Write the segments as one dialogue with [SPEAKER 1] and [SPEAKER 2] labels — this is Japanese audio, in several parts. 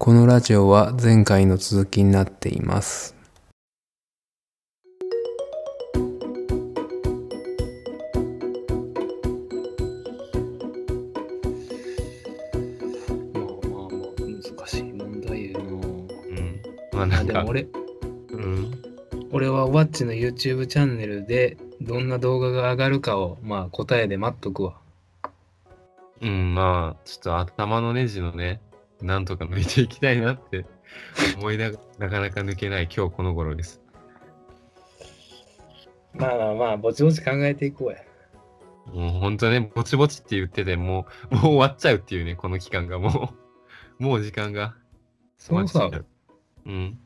[SPEAKER 1] このラジオは前回の続きになっています
[SPEAKER 2] まあまあまあ、難しい問題やな。
[SPEAKER 3] うん。まあな
[SPEAKER 2] あ
[SPEAKER 3] ん
[SPEAKER 2] で
[SPEAKER 3] か
[SPEAKER 2] も、俺、
[SPEAKER 3] うん。
[SPEAKER 2] 俺はワッチの YouTube チャンネルでどんな動画が上がるかを、まあ答えで待っとくわ。
[SPEAKER 3] うん、まあ、ちょっと頭のネジのね、なんとか抜いていきたいなって思いなが ら、なかなか抜けない今日この頃です。
[SPEAKER 2] まあまあまあ、ぼちぼち考えていこうや。
[SPEAKER 3] もう本当ね、ぼちぼちって言ってて、もう、もう終わっちゃうっていうね、この期間がもう、もう時間が。
[SPEAKER 2] そのさ
[SPEAKER 3] 終わっちゃううん。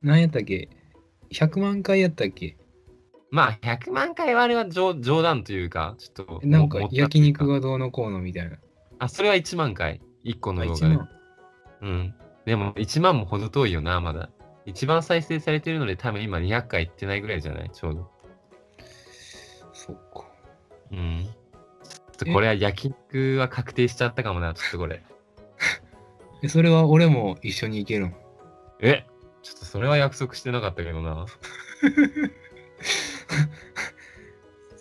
[SPEAKER 2] 何やったっけ ?100 万回やったっけ
[SPEAKER 3] まあ、100万回はあれは冗冗談というか、ちょっとも。
[SPEAKER 2] なんか
[SPEAKER 3] もったいない
[SPEAKER 2] 焼肉がどうのこうのみたいな。
[SPEAKER 3] あ、それは1万回。1個
[SPEAKER 2] あ
[SPEAKER 3] の動
[SPEAKER 2] 1
[SPEAKER 3] 画で。
[SPEAKER 2] 万。
[SPEAKER 3] うん。でも、1万もほど遠いよな、まだ。一番再生されてるので、多分今200回いってないぐらいじゃないちょうど。
[SPEAKER 2] そっか。
[SPEAKER 3] うん。ちょっと
[SPEAKER 2] え
[SPEAKER 3] これは焼肉は確定しちゃったかもな、ちょっとこれ。
[SPEAKER 2] えそれは俺も一緒に行けるん。
[SPEAKER 3] えちょっとそれは約束してなかったけどな。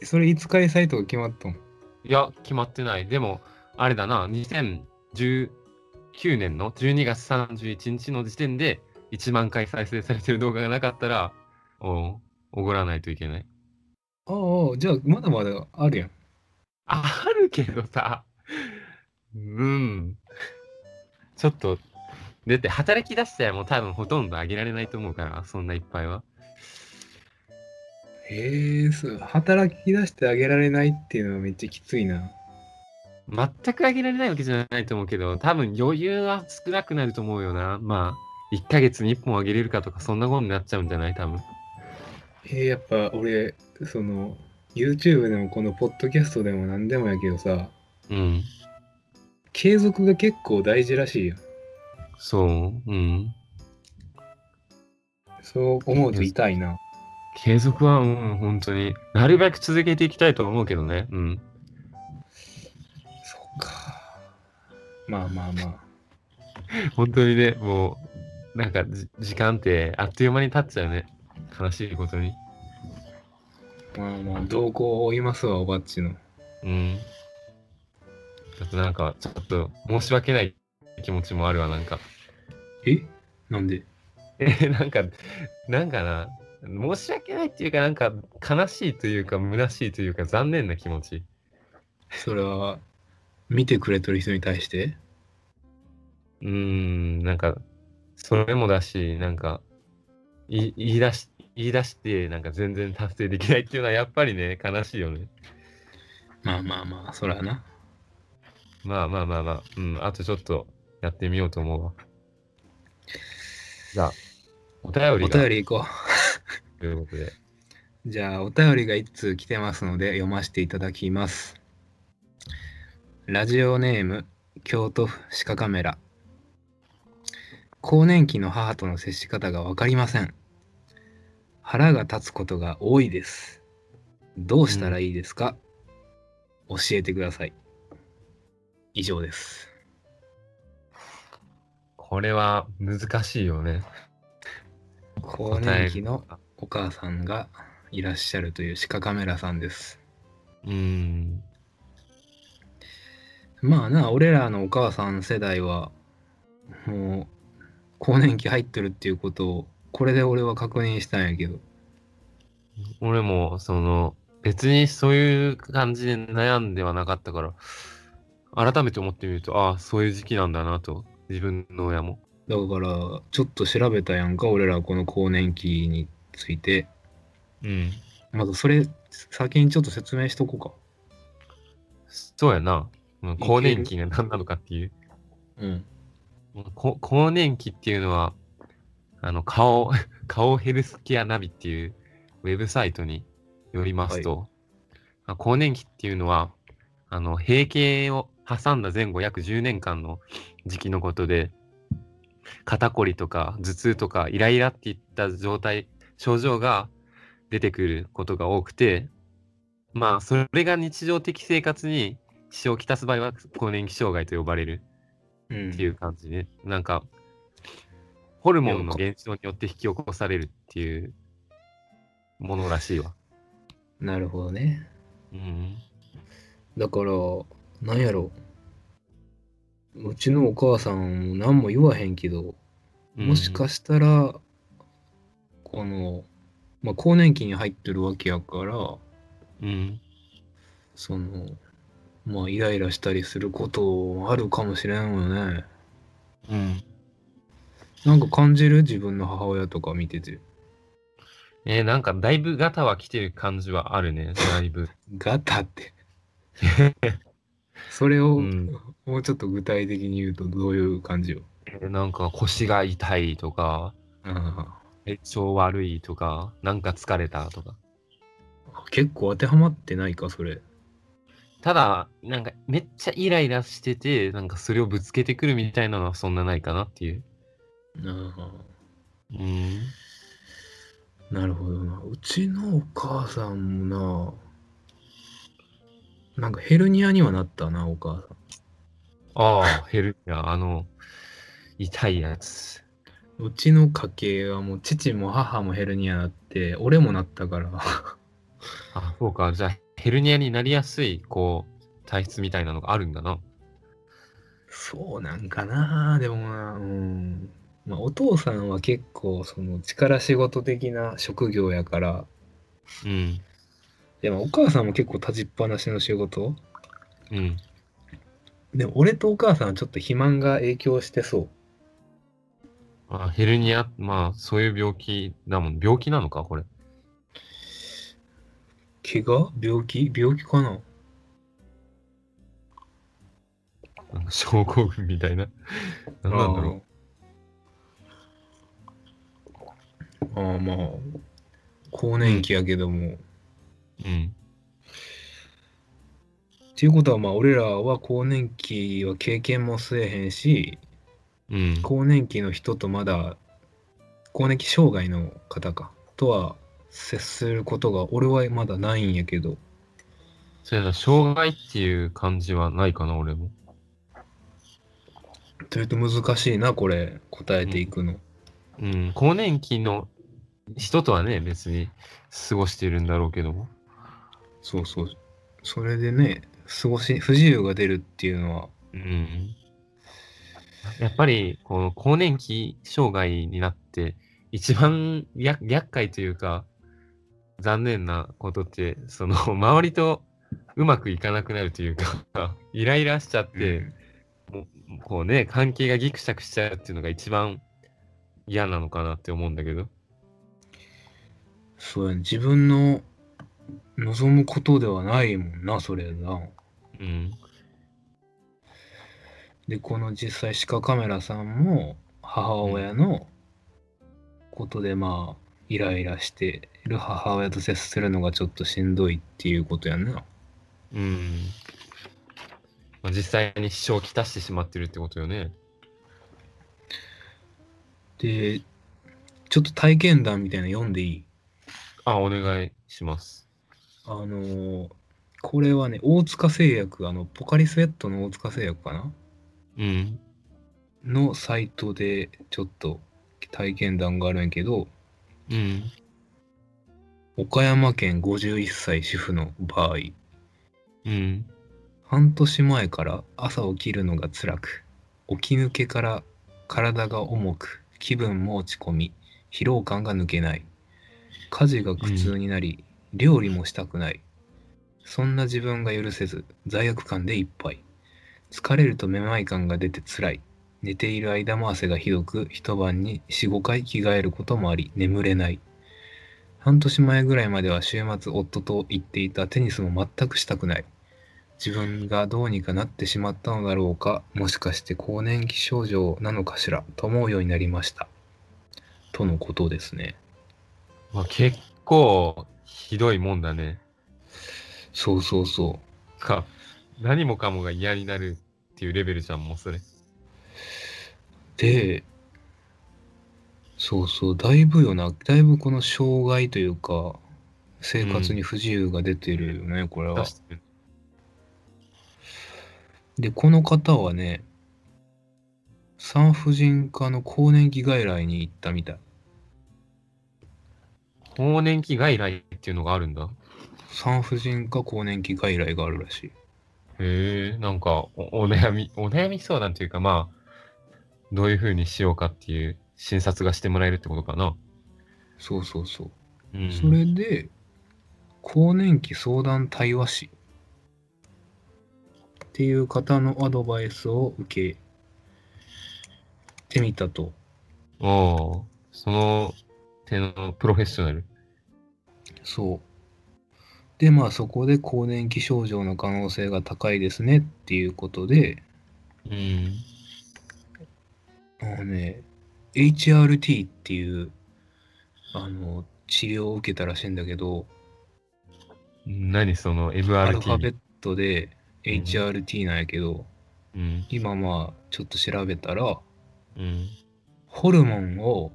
[SPEAKER 2] それいつ開催とか決まったん
[SPEAKER 3] いや、決まってない。でも、あれだな、2019年の12月31日の時点で1万回再生されてる動画がなかったら、おうおごらないといけない。
[SPEAKER 2] ああ、じゃあまだまだあるやん。
[SPEAKER 3] あるけどさ、うん。ちょっと、だって働き出したらもう多分ほとんどあげられないと思うから、そんないっぱいは。
[SPEAKER 2] へえ、そう働き出してあげられないっていうのはめっちゃきついな。
[SPEAKER 3] 全くあげられないわけじゃないと思うけど、多分余裕は少なくなると思うよな。まあ、1ヶ月に1本あげれるかとか、そんなことになっちゃうんじゃない多分。
[SPEAKER 2] えー、やっぱ俺、その、YouTube でもこのポッドキャストでも何でもやけどさ、
[SPEAKER 3] うん。
[SPEAKER 2] 継続が結構大事らしいよ。
[SPEAKER 3] そう。うん。
[SPEAKER 2] そう思うと痛いな。
[SPEAKER 3] 継続は、うん、本当に。なるべく続けていきたいと思うけどね。うん。
[SPEAKER 2] そっか。まあまあまあ。
[SPEAKER 3] 本当にね、もう、なんかじ、時間ってあっという間に経っちゃうね。悲しいことに。
[SPEAKER 2] まあまあ、動向を追いますわ、おばっちの。
[SPEAKER 3] うん。ちょっとなんか、ちょっと申し訳ない気持ちもあるわ、なんか。
[SPEAKER 2] えなんで
[SPEAKER 3] え、なんか、なんかな、申し訳ないっていうか、なんか、悲しいというか、虚しいというか、残念な気持ち。
[SPEAKER 2] それは、見てくれてる人に対して
[SPEAKER 3] うーん、なんか、それもだし、なんか、い言い出し、言い出して、なんか全然達成できないっていうのは、やっぱりね、悲しいよね。
[SPEAKER 2] まあまあまあ、そらな。
[SPEAKER 3] まあまあまあまあ、うん、あとちょっとやってみようと思うわ。じゃあ、お便り
[SPEAKER 2] お
[SPEAKER 3] が
[SPEAKER 2] 便り行こ
[SPEAKER 3] ということで。
[SPEAKER 2] う。じゃあ、お便りが一通来てますので、読ませていただきます。ラジオネーム、京都府鹿カメラ。更年期の母との接し方が分かりません。腹が立つことが多いです。どうしたらいいですか、教えてください。以上です。
[SPEAKER 3] これは難しいよね。
[SPEAKER 2] 更年期のお母さんがいらっしゃるという鹿カメラさんです。
[SPEAKER 3] うーん。
[SPEAKER 2] まあな、俺らのお母さん世代は、もう、更年期入ってるっていうことを、これで俺は確認したんやけど。
[SPEAKER 3] 俺も、その、別にそういう感じで悩んではなかったから、改めて思ってみると、ああ、そういう時期なんだなと、自分の親も。
[SPEAKER 2] だから、ちょっと調べたやんか、俺らこの更年期について。
[SPEAKER 3] うん。
[SPEAKER 2] まずそれ、先にちょっと説明しとこうか。
[SPEAKER 3] そうやな。うん更年期が何なのかっていう。
[SPEAKER 2] うん。
[SPEAKER 3] こ更年期っていうのは、あの、顔、 顔ヘルスケアナビっていうウェブサイトによりますと、あ更年期っていうのは、あの、閉経を挟んだ前後約10年間の時期のことで、肩こりとか頭痛とかイライラっていった状態、症状が出てくることが多くて、まあ、それが日常的生活に支障をきたす場合は、更年期障害と呼ばれる
[SPEAKER 2] うん
[SPEAKER 3] っていう感じね。なんか、ホルモンの現象によって引き起こされるっていうものらしいわ。
[SPEAKER 2] なるほどね。
[SPEAKER 3] うん。
[SPEAKER 2] だから、なんやろう。うちのお母さんも何も言わへんけど、もしか
[SPEAKER 3] し
[SPEAKER 2] したら、この、まあ、更年期に入ってるわけやから、
[SPEAKER 3] うん。
[SPEAKER 2] その、まあ、イライラしたりすることあるかもしれんよね。
[SPEAKER 3] うん。
[SPEAKER 2] なんか感じる自分の母親とか見てて。
[SPEAKER 3] えーなんかだいぶガタは来てる感じはあるね。だいぶ。
[SPEAKER 2] ガタ って。それを、
[SPEAKER 3] うん
[SPEAKER 2] もうちょっと具体的に言うとどういう感じよ。
[SPEAKER 3] えーなんか腰が痛いとか、
[SPEAKER 2] あ
[SPEAKER 3] 体調悪いとか、なんか疲れたとか。
[SPEAKER 2] あ結構当てはまってないか、それ。
[SPEAKER 3] ただ、なんかめっちゃイライラしてて、なんかそれをぶつけてくるみたいなのはそんなないかなっていう。
[SPEAKER 2] ああ
[SPEAKER 3] うん。
[SPEAKER 2] なるほどな。うちのお母さんもな、なんかヘルニアにはなったな、お母さ
[SPEAKER 3] ああ、ヘルニア、あの、痛いやつ。
[SPEAKER 2] ん。うちの家系はもう父も母もヘルニアなって、俺もなったから。
[SPEAKER 3] あ、そうか。じゃあ、ヘルニアになりやすい、こう、体質みたいなのがあるんだな。
[SPEAKER 2] そうなんかな、でもな、うん。まあ、お父さんは結構、その力仕事的な職業やから、
[SPEAKER 3] うん。
[SPEAKER 2] でもお母さんも結構立ちっぱなしの仕事
[SPEAKER 3] うん。
[SPEAKER 2] でも俺とお母さんはちょっと肥満が影響してそう。
[SPEAKER 3] あヘルニア、まあ、そういう病気だもん。病気なのか、これ。
[SPEAKER 2] 怪我病気病気かな
[SPEAKER 3] なんか症候群みたいな。 なんなんだろ
[SPEAKER 2] あーあーまあ更年期やけども、っ
[SPEAKER 3] う。うん。
[SPEAKER 2] ていうことはまあ俺らは更年期は経験もせえへんし
[SPEAKER 3] うん。
[SPEAKER 2] 更年期の人とまだ更年期障害の方かとは接することが俺はまだないんやけど
[SPEAKER 3] そうやな、障害っていう感じはないかな、俺も。
[SPEAKER 2] というと難しいなこれ答えていくの、
[SPEAKER 3] うん。更年期の人とはね、別に過ごしてるんだろうけども。
[SPEAKER 2] そうそうそれでね過ごし不自由が出るっていうのは
[SPEAKER 3] うん。やっぱり、この更年期障害になって、一番や厄介というか、残念なことって、その、 周りとうまくいかなくなるというか、 イライラしちゃって、こうね、関係がギクシャクしちゃうっていうのが一番嫌なのかなって思うんだけど。
[SPEAKER 2] そうやね自分の望むことではないもんなそれな
[SPEAKER 3] うん。
[SPEAKER 2] でこの実際シカカメラさんも母親のことでまあイライラしてる母親と接するのがちょっとしんどいっていうことやんな
[SPEAKER 3] うん。まあ、実際に支障をきたしてしまってるってことよね。
[SPEAKER 2] でちょっと体験談みたいなの読んでいい
[SPEAKER 3] あ、お願いします。
[SPEAKER 2] あのーこれはね大塚製薬あのポカリスエットの大塚製薬かな
[SPEAKER 3] うん。
[SPEAKER 2] のサイトでちょっと体験談があるんやけど
[SPEAKER 3] うん。
[SPEAKER 2] 岡山県51歳主婦の場合
[SPEAKER 3] うん。
[SPEAKER 2] 半年前から朝起きるのが辛く起き抜けから体が重く気分も落ち込み疲労感が抜けない家事が苦痛になり、料理もしたくないそんな自分が許せず罪悪感でいっぱい疲れるとめまい感が出て辛い寝ている間も汗がひどく一晩に45回着替えることもあり眠れない半年前ぐらいまでは週末夫と行っていたテニスも全くしたくない自分がどうにかなってしまったのだろうかもしかして更年期症状なのかしらと思うようになりましたとのことですね
[SPEAKER 3] まあ、結構ひどいもんだね。
[SPEAKER 2] そうそうそ
[SPEAKER 3] か、何もかもが嫌になるっていうレベルじゃん、もうそれ。
[SPEAKER 2] うでそうそうだいぶよなだいぶこの障害というか生活に不自由が出てるよね、これは
[SPEAKER 3] 出してる
[SPEAKER 2] でこの方はね産婦人科の更年期外来に行ったみたい。
[SPEAKER 3] 更年期外来っていうのがあるんだ。
[SPEAKER 2] 産婦人科更年期外来があるらしい。
[SPEAKER 3] へえ、なんかお、お悩み、お悩み相談というか、まあ、どういうふうにしようかっていう診察がしてもらえるってことかな。
[SPEAKER 2] そうそうそう。
[SPEAKER 3] うん、
[SPEAKER 2] それで、更年期相談対話士っていう方のアドバイスを受けてみたと。
[SPEAKER 3] おおその手のプロフェッショナル。
[SPEAKER 2] そう。で、まあそこで更年期症状の可能性が高いですねっていうことで、
[SPEAKER 3] うん。
[SPEAKER 2] あのね、HRT っていう、あの、治療を受けたらしいんだけど、
[SPEAKER 3] 何その
[SPEAKER 2] アルファ
[SPEAKER 3] MRT
[SPEAKER 2] ベットで
[SPEAKER 3] うん
[SPEAKER 2] HRT なんやけど、
[SPEAKER 3] うん。
[SPEAKER 2] 今まあちょっと調べたら、
[SPEAKER 3] うん。
[SPEAKER 2] ホルモンを、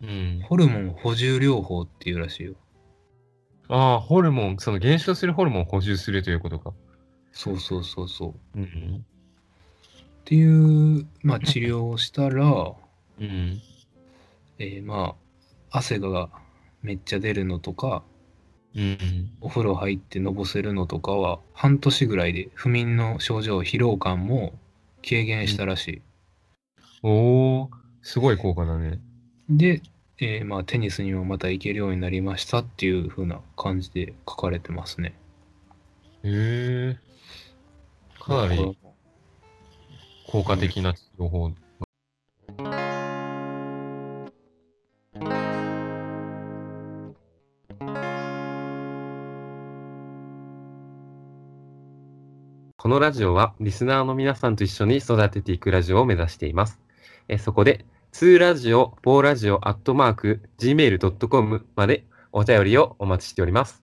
[SPEAKER 3] うん。
[SPEAKER 2] ホルモン補充療法っていうらしいよ。
[SPEAKER 3] ああ、ホルモン、その減少するホルモンを補充するということか。
[SPEAKER 2] そうそうそうそう。っ
[SPEAKER 3] うん。
[SPEAKER 2] ていう、まあ治療をしたら、
[SPEAKER 3] うん。
[SPEAKER 2] えーまあ、汗がめっちゃ出るのとか、
[SPEAKER 3] うん。
[SPEAKER 2] お風呂入ってのぼせるのとかは、半年ぐらいで不眠の症状、疲労感も軽減したらしい。
[SPEAKER 3] おおすごい効果だね。
[SPEAKER 2] で、えーまあ、テニスにもまた行けるようになりましたっていう風な感じで書かれてますね。
[SPEAKER 3] へえ。かな
[SPEAKER 2] だ
[SPEAKER 3] り
[SPEAKER 2] ら
[SPEAKER 3] 効果的な治療法。このラジオはリスナーの皆さんと一緒に育てていくラジオを目指しています。えそこで、2ラジオ、4ラジオ、アットマーク、gmail.com までお便りをお待ちしております。